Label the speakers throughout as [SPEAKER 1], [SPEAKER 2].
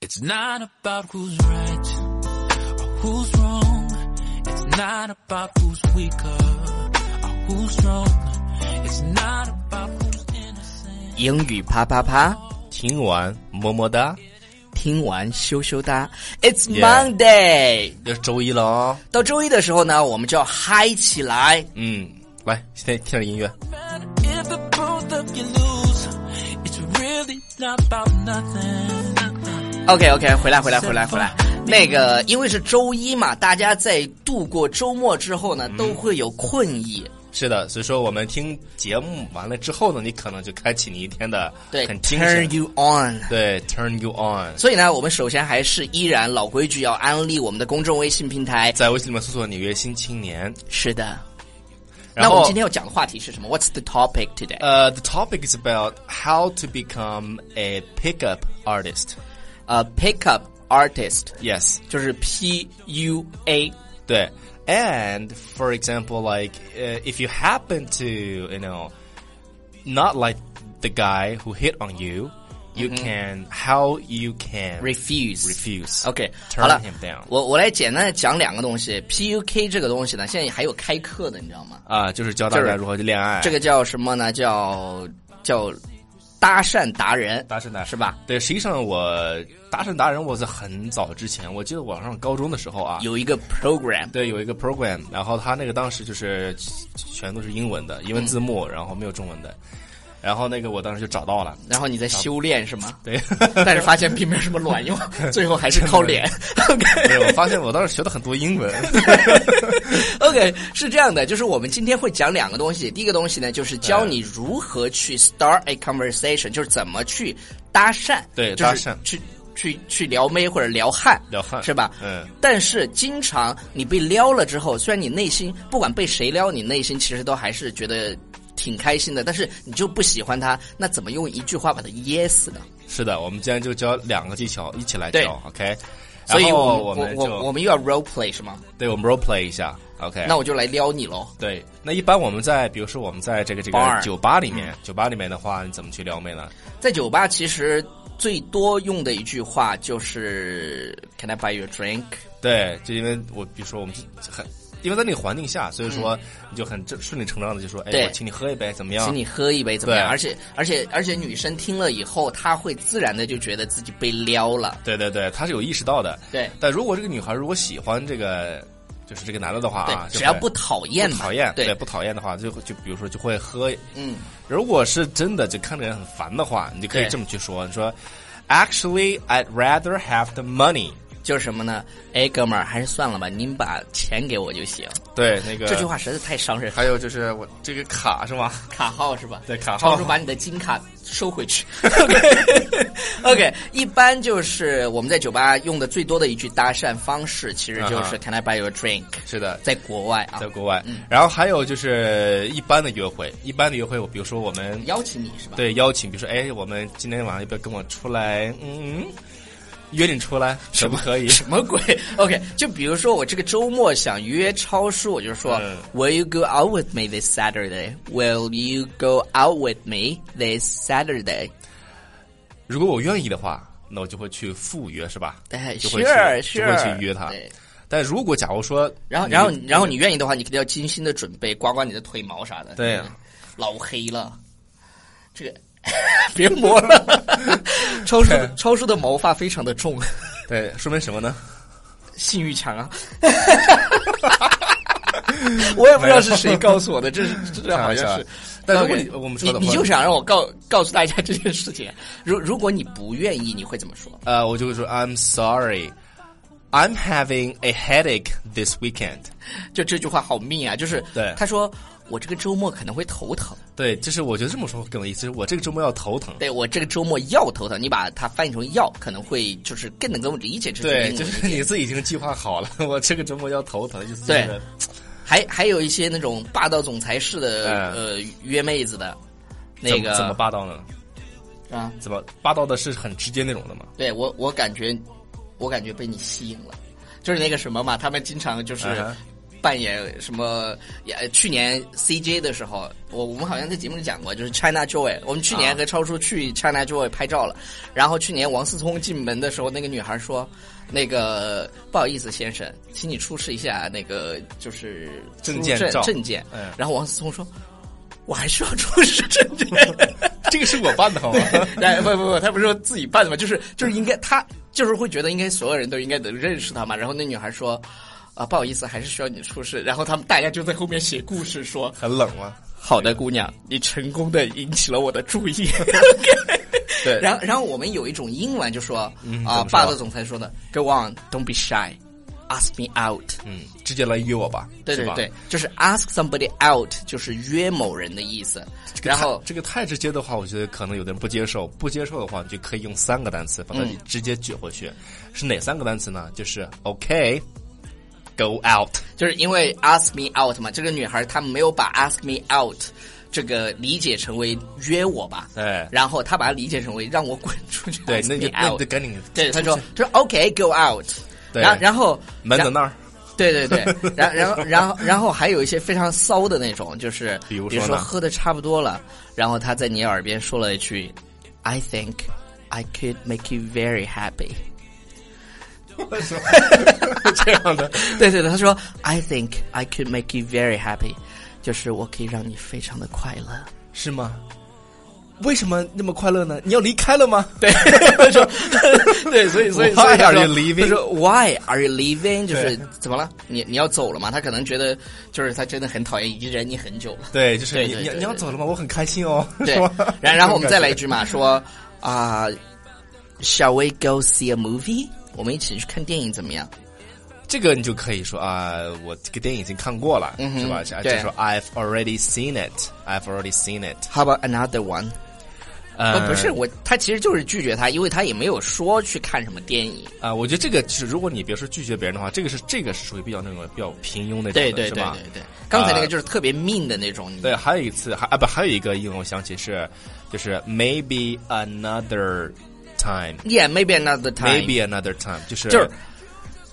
[SPEAKER 1] It's not about who's right or who's wrong. It's not about who's weaker or who's strong. It's not about who's innocent.
[SPEAKER 2] 英语啪啪啪，
[SPEAKER 3] 听完么么哒，
[SPEAKER 2] 听完羞羞哒。It's
[SPEAKER 3] Yeah
[SPEAKER 2] Monday，
[SPEAKER 3] 又是周一了哦。
[SPEAKER 2] 到周一的时候呢，我们就要嗨起来。
[SPEAKER 3] 嗯，来，现在听点音乐。
[SPEAKER 1] Matter if the both of you lose, it's really not about nothing.
[SPEAKER 2] OK OK，回来回来回来回 来。那个，因为是周一嘛，大家在度过周末之后
[SPEAKER 3] 嗯
[SPEAKER 2] 呢，都会有困意。
[SPEAKER 3] 是的，所以说我们听节目完了之后呢，你可能就开启你一天的
[SPEAKER 2] 对
[SPEAKER 3] 很精
[SPEAKER 2] ，Turn
[SPEAKER 3] 神。
[SPEAKER 2] you on。
[SPEAKER 3] 对，turn you on，
[SPEAKER 2] 所以呢，我们首先还是依然老规矩，要安利我们的公众微信平台。
[SPEAKER 3] 在微信里面搜索“纽约新青年
[SPEAKER 2] 是的。”。
[SPEAKER 3] 然
[SPEAKER 2] 那我
[SPEAKER 3] 后
[SPEAKER 2] 们今天要讲的话题是什么？What's the topic today？
[SPEAKER 3] 呃、t h e topic is about how to become a pickup artist.
[SPEAKER 2] 呃、p i c k up artist
[SPEAKER 3] Yes.
[SPEAKER 2] 就是 P U A。
[SPEAKER 3] 对，and for example, like uh, if you happen to you know not like the guy who hit on you, you can how you can
[SPEAKER 2] Mm-hmm. refuse
[SPEAKER 3] refuse.
[SPEAKER 2] OK，
[SPEAKER 3] turn
[SPEAKER 2] 好了
[SPEAKER 3] him down，
[SPEAKER 2] 我我来简单的讲两个东西。PUK 这个东西呢，现在还有开课的，你知道吗？
[SPEAKER 3] 啊，就是教大
[SPEAKER 2] 就
[SPEAKER 3] 家
[SPEAKER 2] 是
[SPEAKER 3] 如何去恋爱。
[SPEAKER 2] 这
[SPEAKER 3] 个
[SPEAKER 2] 个叫什么呢？叫叫搭讪达人，
[SPEAKER 3] 搭讪达人
[SPEAKER 2] 是吧？
[SPEAKER 3] 对，实际上我搭讪达人我是很早之前，我记得我上高中的时候啊。
[SPEAKER 2] 有一个 program，
[SPEAKER 3] 对，有一个 program，然后他那个当时就是全都是英文的，英文字
[SPEAKER 2] 嗯
[SPEAKER 3] 幕，然后没有中文的，然后那个我当时就找到了，
[SPEAKER 2] 然后你在修炼是吗？
[SPEAKER 3] 对，
[SPEAKER 2] 但是发现并没有什么卵 用，最后还是靠脸。
[SPEAKER 3] 对，我发现我当时学了很多英文，
[SPEAKER 2] OK，是这样的，就是我们今天会讲两个东西。第一个东西呢，就是教你如何去 start a conversation，就是怎么去搭讪，
[SPEAKER 3] 对
[SPEAKER 2] 就是
[SPEAKER 3] 搭讪
[SPEAKER 2] 去去去撩妹或者撩汉，
[SPEAKER 3] 撩汉
[SPEAKER 2] 是吧？
[SPEAKER 3] 嗯。
[SPEAKER 2] 但是经常你被撩了之后，虽然你内心不管被谁撩，你内心其实都还是觉得挺开心的，但是你就不喜欢他，那怎么用一句话把他噎死呢？
[SPEAKER 3] 是的，我们今天就教两个技巧，一起来
[SPEAKER 2] 对
[SPEAKER 3] 教，OK？
[SPEAKER 2] 所以
[SPEAKER 3] 然后
[SPEAKER 2] 我
[SPEAKER 3] 我
[SPEAKER 2] 们
[SPEAKER 3] 们
[SPEAKER 2] 我
[SPEAKER 3] 就哎
[SPEAKER 2] 我我们又要 role play 是吗？
[SPEAKER 3] 对我们 role play 一下，OK？
[SPEAKER 2] 那我就来撩你喽。
[SPEAKER 3] 对，那一般我们在比如说我们在这个这
[SPEAKER 2] Bar
[SPEAKER 3] 个酒吧里
[SPEAKER 2] 嗯
[SPEAKER 3] 面，酒吧里面的话，你怎么去撩妹呢？
[SPEAKER 2] 在酒吧其实最多用的一句话就是 “Can I buy you a drink？”
[SPEAKER 3] 对，就因为我比如说我们就很。因为在那个环境下，所以说你就很正顺理成章的就说，哎，
[SPEAKER 2] 嗯对
[SPEAKER 3] 我请你喝一杯，怎么样
[SPEAKER 2] 请？你喝一杯怎么样？
[SPEAKER 3] 啊对
[SPEAKER 2] 而且而且而且女生听了以后，她会自然的就觉得自己被撩了。
[SPEAKER 3] 对对对，他是有意识到的。
[SPEAKER 2] 对
[SPEAKER 3] 但如果这个女孩如果喜欢这个，就是这个男的的话
[SPEAKER 2] 对
[SPEAKER 3] 啊，，就
[SPEAKER 2] 只要
[SPEAKER 3] 会
[SPEAKER 2] 不讨厌
[SPEAKER 3] 不
[SPEAKER 2] 嘛，
[SPEAKER 3] 讨厌，
[SPEAKER 2] 对，
[SPEAKER 3] 不讨厌的话，就会就比如说就会喝
[SPEAKER 2] 嗯，
[SPEAKER 3] 如果是真的就看着人很烦的话，你就可以
[SPEAKER 2] 对
[SPEAKER 3] 这么去说：“你说，Actually, I'd rather have the money。
[SPEAKER 2] 就是什么呢？哎，哥们儿，还是算了吧，您把钱给我就行。”
[SPEAKER 3] 对，那个
[SPEAKER 2] 这句。话实在太伤人。
[SPEAKER 3] 还有就是我这个卡 是吗？
[SPEAKER 2] 卡号是吧？
[SPEAKER 3] 对哦卡号
[SPEAKER 2] 超叔把你的金卡收回 去。OK，一般就是我们在酒吧用的最多的一句搭讪方式，其实就是
[SPEAKER 3] 啊哈
[SPEAKER 2] “Can I buy you a drink？”
[SPEAKER 3] 是的，
[SPEAKER 2] 在国外啊
[SPEAKER 3] 在，国外。然后还有就是一般的约会，一般的约会，我比如说我们
[SPEAKER 2] 邀请你是吧？
[SPEAKER 3] 对邀请，比如说哎，我们今天晚上要不要跟我出来？嗯，嗯约你出来可不可以？
[SPEAKER 2] 什么鬼？OK，就 比如说我这个周末想约超叔，我就说、
[SPEAKER 3] 嗯
[SPEAKER 2] Will you go out with me this Saturday? Will you go out with me this Saturday?
[SPEAKER 3] 如果我愿意的话，那我就会去赴约，是吧？
[SPEAKER 2] 哎
[SPEAKER 3] 就会去
[SPEAKER 2] ，sure
[SPEAKER 3] 就会
[SPEAKER 2] sure，
[SPEAKER 3] 去约他。
[SPEAKER 2] 对
[SPEAKER 3] 但如果假如说，
[SPEAKER 2] 然后，然后，然后你愿意的话，你肯定要精心的准备，刮刮你的腿毛啥的。
[SPEAKER 3] 对啊
[SPEAKER 2] 老黑了，这个 别磨了。 超叔 的超叔的毛发非常的重，
[SPEAKER 3] 对，说明什么呢？
[SPEAKER 2] 性欲强啊。 我也不知道是谁告诉我的，这是 这好像是。
[SPEAKER 3] 啊但如果你
[SPEAKER 2] OK，
[SPEAKER 3] 我们说的话
[SPEAKER 2] 你你就想让我告告诉大家这件事情，如如果你不愿意，你会怎么说？
[SPEAKER 3] 呃，我就会说 I'm sorry, I'm having a headache this weekend。
[SPEAKER 2] 就这句话好命啊！就是
[SPEAKER 3] 对
[SPEAKER 2] 他说我这个周末可能会头疼。
[SPEAKER 3] 对，就是我觉得这么说更有意思，就是我这个周末要头疼。
[SPEAKER 2] 对我这个周末要头疼，你把它翻译成要，可能会就是更能够理解这种英
[SPEAKER 3] 对，
[SPEAKER 2] 文
[SPEAKER 3] 就
[SPEAKER 2] 理
[SPEAKER 3] 是
[SPEAKER 2] 解。
[SPEAKER 3] 你自己已经计划好了， 我这个周末要头疼，意思就
[SPEAKER 2] 对
[SPEAKER 3] 是
[SPEAKER 2] 还还有一些那种霸道总裁式的、
[SPEAKER 3] 嗯
[SPEAKER 2] 呃约妹子的，
[SPEAKER 3] 怎
[SPEAKER 2] 那
[SPEAKER 3] 么
[SPEAKER 2] 个
[SPEAKER 3] 怎么霸道呢？
[SPEAKER 2] 啊？
[SPEAKER 3] 怎么霸道的是很直接那种的吗？
[SPEAKER 2] 对我我感觉我感觉被你吸引了，就是那个什么嘛，他们经常就是。啊
[SPEAKER 3] 嗯哼
[SPEAKER 2] 扮演什么？呃去年 CJ 的时候，我我们好像在节目里讲过，就是 China Joy，我们去
[SPEAKER 3] 啊
[SPEAKER 2] 年和超叔去 China Joy 拍照了，然后去年王思聪进门的时候，那个女孩说。那个不好意思，先生，请你出示一下那个就是
[SPEAKER 3] 证件
[SPEAKER 2] 出证
[SPEAKER 3] 照
[SPEAKER 2] 证件。
[SPEAKER 3] 嗯
[SPEAKER 2] 然后王思聪说：“我还需要出示证件。”
[SPEAKER 3] 这个是我办的好 吗？
[SPEAKER 2] 哎，不不不，他不是说自己办的吗？就是就是应该他就是会觉得应该所有人都应该能认识他嘛。然后那女孩说：“啊、不好意思，还是需要你出示。”然后他们大家就在后面写故事说
[SPEAKER 3] 很冷吗？：“
[SPEAKER 2] 好的，姑娘，你成功的引起了我的注意。
[SPEAKER 3] 对，
[SPEAKER 2] 然后然后我们有一种英文就说
[SPEAKER 3] 嗯
[SPEAKER 2] 啊
[SPEAKER 3] 怎么，说
[SPEAKER 2] 霸道总裁说的：“Go on, don't be shy, ask me out。”
[SPEAKER 3] 嗯，直接来约我吧，
[SPEAKER 2] 对
[SPEAKER 3] 是
[SPEAKER 2] 对
[SPEAKER 3] 吧
[SPEAKER 2] 对，就是 ask somebody out，就是约某人的意思。
[SPEAKER 3] 这个
[SPEAKER 2] 然
[SPEAKER 3] 太
[SPEAKER 2] 后
[SPEAKER 3] 这个太直接的话，我觉得可能有的人不接受。不接受的话，你就可以用三个单词把它
[SPEAKER 2] 嗯
[SPEAKER 3] 直接举回去。是哪三个单词呢？就是 OK。Go out，
[SPEAKER 2] 就是因为 ask me out 嘛，这个女孩她没有把 ask me out 这个理解成为约我吧，
[SPEAKER 3] 哎
[SPEAKER 2] 然后她把它理解成为让我滚出去。
[SPEAKER 3] 对，
[SPEAKER 2] ask
[SPEAKER 3] 那就
[SPEAKER 2] me
[SPEAKER 3] 那
[SPEAKER 2] out
[SPEAKER 3] 你得赶紧
[SPEAKER 2] 对， 她说她说 OK go out，
[SPEAKER 3] 对
[SPEAKER 2] 然然后
[SPEAKER 3] 门
[SPEAKER 2] 然
[SPEAKER 3] 在那儿，
[SPEAKER 2] 对对 对，然然后然后然后还有一些非常骚的那种，就是
[SPEAKER 3] 比如说呢
[SPEAKER 2] 喝的差不多了，然后他在你耳边说了一句，I think I could make you very happy。
[SPEAKER 3] 这样的，
[SPEAKER 2] 对对对，他说 I think I could make you very happy，就是我可以让你非常的快乐。
[SPEAKER 3] 是吗？为什么那么快乐呢？你要离开了吗？
[SPEAKER 2] 对，他说对，所以所 以
[SPEAKER 3] Why
[SPEAKER 2] 所以他说
[SPEAKER 3] are you leaving？
[SPEAKER 2] 他说 Why are you leaving？就是怎么了？你你要走了吗？他可能觉得就是他真的很讨厌已经忍你很久 了。
[SPEAKER 3] 对，就是
[SPEAKER 2] 对
[SPEAKER 3] 你
[SPEAKER 2] 对
[SPEAKER 3] 你
[SPEAKER 2] 对
[SPEAKER 3] 你要
[SPEAKER 2] 对
[SPEAKER 3] 走了吗？我很开心哦。
[SPEAKER 2] 对
[SPEAKER 3] 是吗，
[SPEAKER 2] 然然后我们再来一句嘛，说啊、s h a l l we go see a movie？我们一起去看电影怎么样？
[SPEAKER 3] 这个你就可以说啊、我这个电影已经看过了，
[SPEAKER 2] 嗯哼
[SPEAKER 3] 是吧？就
[SPEAKER 2] 对
[SPEAKER 3] 就说 I've already seen it, I've already seen it。
[SPEAKER 2] How about another one？、
[SPEAKER 3] 呃，
[SPEAKER 2] 哦不是我，他其实就是拒绝他，因为他也没有说去看什么电影。
[SPEAKER 3] 啊、我觉得这个就是，如果你别说拒绝别人的话，这个是这个是属于比较那种比较平庸那种的，
[SPEAKER 2] 对对
[SPEAKER 3] 是
[SPEAKER 2] 对
[SPEAKER 3] 吧
[SPEAKER 2] 对？对，呃刚才那个就是特别 mean 的那种。你
[SPEAKER 3] 对，还有一次，还啊不，还有一个英文我想起是，就是 maybe another time，maybe
[SPEAKER 2] ，Yeah, maybe another time，
[SPEAKER 3] another time，就是
[SPEAKER 2] 就是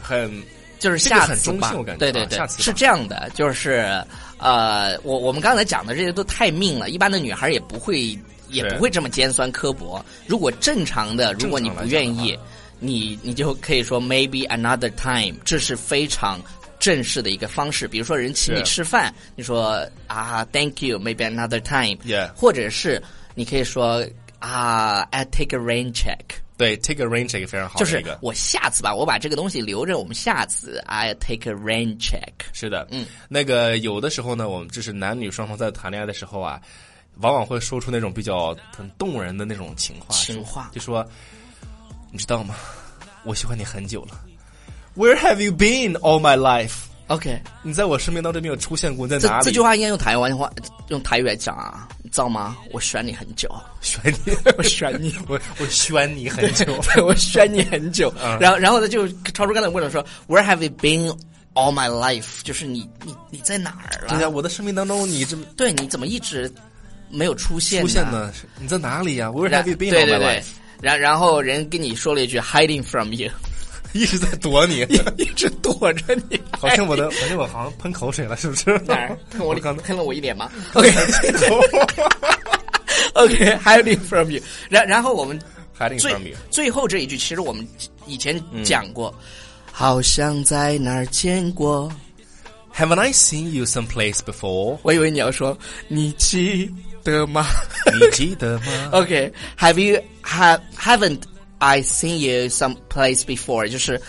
[SPEAKER 3] 很
[SPEAKER 2] 就是
[SPEAKER 3] 这个
[SPEAKER 2] 下
[SPEAKER 3] 很
[SPEAKER 2] 次
[SPEAKER 3] 中
[SPEAKER 2] 吧
[SPEAKER 3] 性我感觉
[SPEAKER 2] 对对
[SPEAKER 3] 啊
[SPEAKER 2] 对
[SPEAKER 3] 下，次吧
[SPEAKER 2] 是这样的，就是呃，我我们刚才讲的这些都太命了，一般的女孩也不会也
[SPEAKER 3] 对
[SPEAKER 2] 不会这么尖酸刻薄。如果正常的，如果你
[SPEAKER 3] 正常
[SPEAKER 2] 不
[SPEAKER 3] 来
[SPEAKER 2] 愿
[SPEAKER 3] 讲的话
[SPEAKER 2] 意，你你就可以说 maybe another time，这是非常。正式的一个方式，比如说人请你
[SPEAKER 3] 是
[SPEAKER 2] 吃饭，你说啊，thank you，maybe another time，、
[SPEAKER 3] Yeah
[SPEAKER 2] 或者是你可以说啊，I take a rain check，
[SPEAKER 3] 对 take a range 这个非常好
[SPEAKER 2] 就
[SPEAKER 3] 的
[SPEAKER 2] 是
[SPEAKER 3] 一个，
[SPEAKER 2] 我下次吧，我把这个东西留着，我们下次 I take a rain check。
[SPEAKER 3] 是的，
[SPEAKER 2] 嗯，
[SPEAKER 3] 那个有的时候呢，我们就是男女双方在谈恋爱的时候啊，往往会说出那种比较很动人的那种情话，
[SPEAKER 2] 情话
[SPEAKER 3] 就说，你知道吗？我喜欢你很久了。Where have you been all my life？
[SPEAKER 2] OK，
[SPEAKER 3] 你在我生命当中没有出现过，你在
[SPEAKER 2] 这
[SPEAKER 3] 哪里？
[SPEAKER 2] 这句话应该用台湾话，用台语来讲啊，你知道吗？我选你很 久，
[SPEAKER 3] 选你，
[SPEAKER 2] 我选你。
[SPEAKER 3] 我我选你很久。
[SPEAKER 2] 我选你很久，
[SPEAKER 3] 嗯
[SPEAKER 2] 然后然后他就超出刚才问了说，Where have you been all my life？就是你你你在哪儿
[SPEAKER 3] 对呀、啊
[SPEAKER 2] 了？
[SPEAKER 3] 我的生命当中你这么
[SPEAKER 2] 对，你怎么一直没有出现
[SPEAKER 3] 出现？呢？你在哪里呀、w h e r e
[SPEAKER 2] 然
[SPEAKER 3] have you been
[SPEAKER 2] 对
[SPEAKER 3] all
[SPEAKER 2] 对
[SPEAKER 3] my
[SPEAKER 2] 对
[SPEAKER 3] life？，
[SPEAKER 2] 然然后人跟你说了一句 hiding from you，
[SPEAKER 3] 一直在躲你，
[SPEAKER 2] 一直躲着你。
[SPEAKER 3] 好 像我的，好像我好像喷口水了，是不是？
[SPEAKER 2] 哎哪儿？喷我
[SPEAKER 3] 我 刚才
[SPEAKER 2] 喷了我一脸吗？OK，OK，hiding from you。然然后我们
[SPEAKER 3] hiding
[SPEAKER 2] 最
[SPEAKER 3] from you。嗯
[SPEAKER 2] 最后这一句，其实我们以前讲过，好像在哪儿见过。
[SPEAKER 3] Haven't I seen you someplace before？
[SPEAKER 2] 我以为你要说你记得 吗
[SPEAKER 3] 你记得 吗？
[SPEAKER 2] ？OK，Have you have haven't I seen you someplace before？就是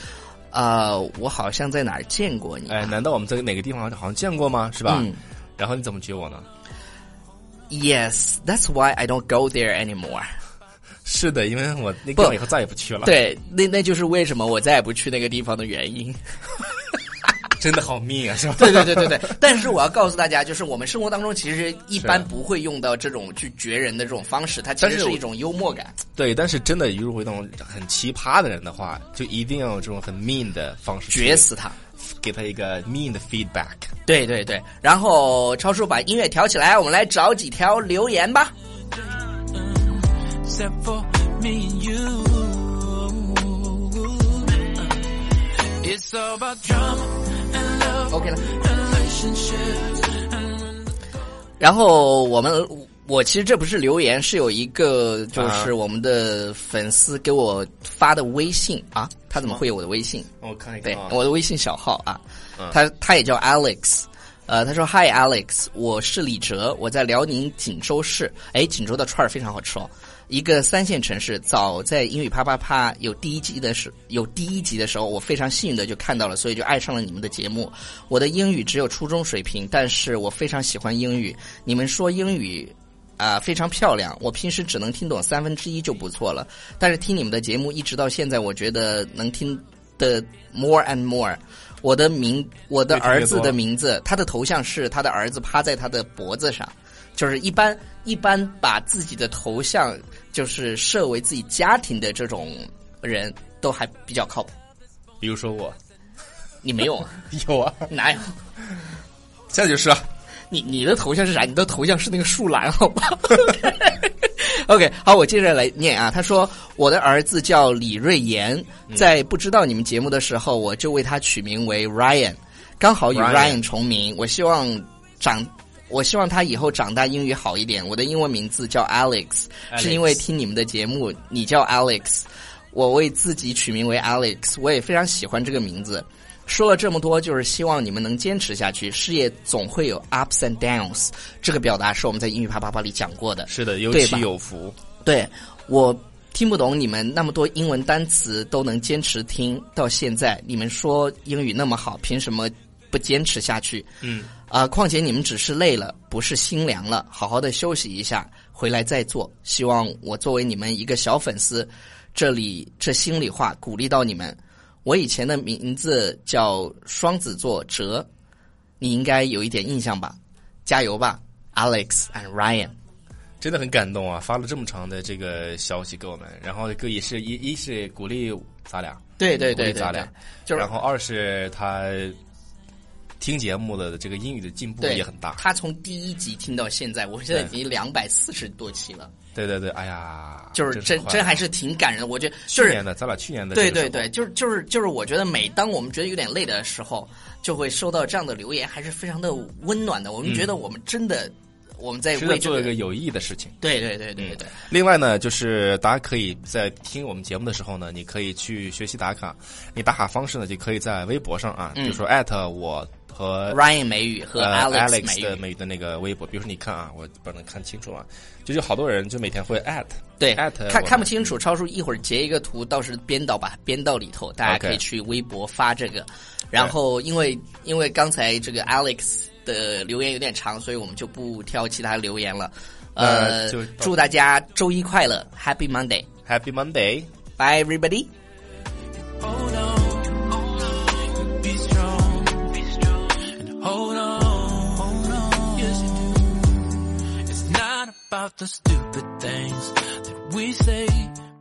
[SPEAKER 2] 呃，我好像在哪儿见过你啊。
[SPEAKER 3] 哎，难道我们在哪个地方好像见过吗？是吧？
[SPEAKER 2] 嗯
[SPEAKER 3] 然后你怎么举我呢？
[SPEAKER 2] Yes，that's why I don't go there anymore。
[SPEAKER 3] 是的，因为我那
[SPEAKER 2] 不
[SPEAKER 3] 地方以后再也不去了。，
[SPEAKER 2] 对，那那就是为什么我再也不去那个地方的原因。
[SPEAKER 3] 真的好命啊，是吧？
[SPEAKER 2] 对对对对对，但是我要告诉大家，就是我们生活当中其实一般
[SPEAKER 3] 是
[SPEAKER 2] 不会用到这种去绝人的这种方式，它其
[SPEAKER 3] 但
[SPEAKER 2] 实
[SPEAKER 3] 是
[SPEAKER 2] 是
[SPEAKER 3] 我
[SPEAKER 2] 一种幽默感。
[SPEAKER 3] 对，但是真的，如果遇到那种很奇葩的人的话，就一定要用这种很 mean 的方式，
[SPEAKER 2] 绝，死他！
[SPEAKER 3] 给他一个 mean 的 feedback。
[SPEAKER 2] 对对对，然后超叔把音乐调起来，我们来找几条留言吧。
[SPEAKER 1] except for me and you. It's all about drama and love.
[SPEAKER 2] OK 了，
[SPEAKER 1] And relationship and when
[SPEAKER 2] 然后我们，我其实这不是留言，是有一个就是
[SPEAKER 3] 啊
[SPEAKER 2] 我们的粉丝给我发的微信啊，他怎么会有我的微信？对，
[SPEAKER 3] 啊
[SPEAKER 2] 我的微信小号啊，他他也叫 Alex，呃，他说 Hi Alex，我是李哲，我在辽宁锦州市，哎，锦州的串儿非常好吃哦，一个三线城市。早在英语啪啪啪有第一季的时有第一集的时候，我非常幸运的就看到了，所以就爱上了你们的节目。我的英语只有初中水平，但是我非常喜欢英语。你们说英语啊、非常漂亮。我平时只能听懂三分之一就不错了，但是听你们的节目一直到现在，我觉得能听的 more and more。我的名，我的
[SPEAKER 3] 越听越
[SPEAKER 2] 儿子
[SPEAKER 3] 多
[SPEAKER 2] 的名字，他的头像是他的儿子趴在他的脖子上，就是一般一般把自己的头像就是设为自己家庭的这种人都还比较靠谱。你没有啊？哪有？
[SPEAKER 3] 啊
[SPEAKER 2] 你你的头像是啥？你的头像是那个树懒，好吧 ？OK，好，我接着来念啊。他说：“我的儿子叫李瑞妍，在不知道你们节目的时候，我就为他取名为 Ryan，刚好与
[SPEAKER 3] Ryan
[SPEAKER 2] Ryan 重名。我希望长，我希望他以后长大英语好一点。我的英文名字叫 Alex，
[SPEAKER 3] Alex
[SPEAKER 2] 是因为听你们的节目，你叫 Alex，我为自己取名为 Alex，我也非常喜欢这个名字。说了这么多，就是希望你们能坚持下去。事业总会有 ups and downs，这个表达是我们在英语啪啪啪里讲过的。对吧？对我听不懂你们那么多英文单词都能坚持听到现在，你们说英语那么好，凭什么不坚持下去？
[SPEAKER 3] 嗯，
[SPEAKER 2] 啊、况且你们只是累了，不是心凉了，好好的休息一下，回来再做。希望我作为你们一个小粉丝，这里这心里话鼓励到你们。我以前的名字叫双子座哲，你应该有一点印象吧？加油吧，Alex and Ryan。
[SPEAKER 3] 真的很感动啊！发了这么长的这个消息给我们，然后个也是一一是鼓励咱俩，
[SPEAKER 2] 对对
[SPEAKER 3] 鼓
[SPEAKER 2] 对
[SPEAKER 3] 励
[SPEAKER 2] 对
[SPEAKER 3] 咱
[SPEAKER 2] 对
[SPEAKER 3] 俩，，
[SPEAKER 2] 就是
[SPEAKER 3] 然后二是他听节目的这个英语的进步
[SPEAKER 2] 对
[SPEAKER 3] 也很大。
[SPEAKER 2] 他从第一集听到现在，我现在已
[SPEAKER 3] 对
[SPEAKER 2] 经两百四十多期了，
[SPEAKER 3] 对对对，哎呀，
[SPEAKER 2] 就是
[SPEAKER 3] 真
[SPEAKER 2] 真
[SPEAKER 3] 快
[SPEAKER 2] 真还是挺感人。我觉得就是
[SPEAKER 3] 去年的，咱俩去年的
[SPEAKER 2] 对
[SPEAKER 3] 这
[SPEAKER 2] 对
[SPEAKER 3] 个时候
[SPEAKER 2] 对，就是就是就是，我觉得每当我们觉得有点累的时候，就会收到这样的留言，还是非常的温暖的。我们觉得我们真的我们在
[SPEAKER 3] 是在
[SPEAKER 2] 为这
[SPEAKER 3] 嗯做
[SPEAKER 2] 个
[SPEAKER 3] 一个有意义的事情。
[SPEAKER 2] 对对对对对，
[SPEAKER 3] 另外呢，就是大家可以在听我们节目的时候呢，你可以去学习打卡。你打卡方式呢，就可以在微博上啊，
[SPEAKER 2] 嗯
[SPEAKER 3] 比如说艾特我和
[SPEAKER 2] Ryan 美语和
[SPEAKER 3] 嗯呃
[SPEAKER 2] Alex 美
[SPEAKER 3] Alex 的
[SPEAKER 2] 语，
[SPEAKER 3] 美语的那个微博，比如说你看啊，我不能看清楚啊，就是好多人就每天会艾特，
[SPEAKER 2] 对
[SPEAKER 3] 艾特，
[SPEAKER 2] 看
[SPEAKER 3] 我
[SPEAKER 2] 看不
[SPEAKER 3] 们
[SPEAKER 2] 清楚，超叔一会儿截一个图，到时编导把它编到里头，大家
[SPEAKER 3] OK
[SPEAKER 2] 可以去微博发这个。然后因为因为刚才这个 Alex 的留言有点长，所以我们就不挑其他留言了。呃
[SPEAKER 3] 那就，到
[SPEAKER 2] 祝大家周一快乐，Happy Monday，Bye
[SPEAKER 3] Happy Monday。
[SPEAKER 2] everybody。
[SPEAKER 1] Hold on, be strong, and hold on, hold on. Yes, you do. It's not about the stupid things that we say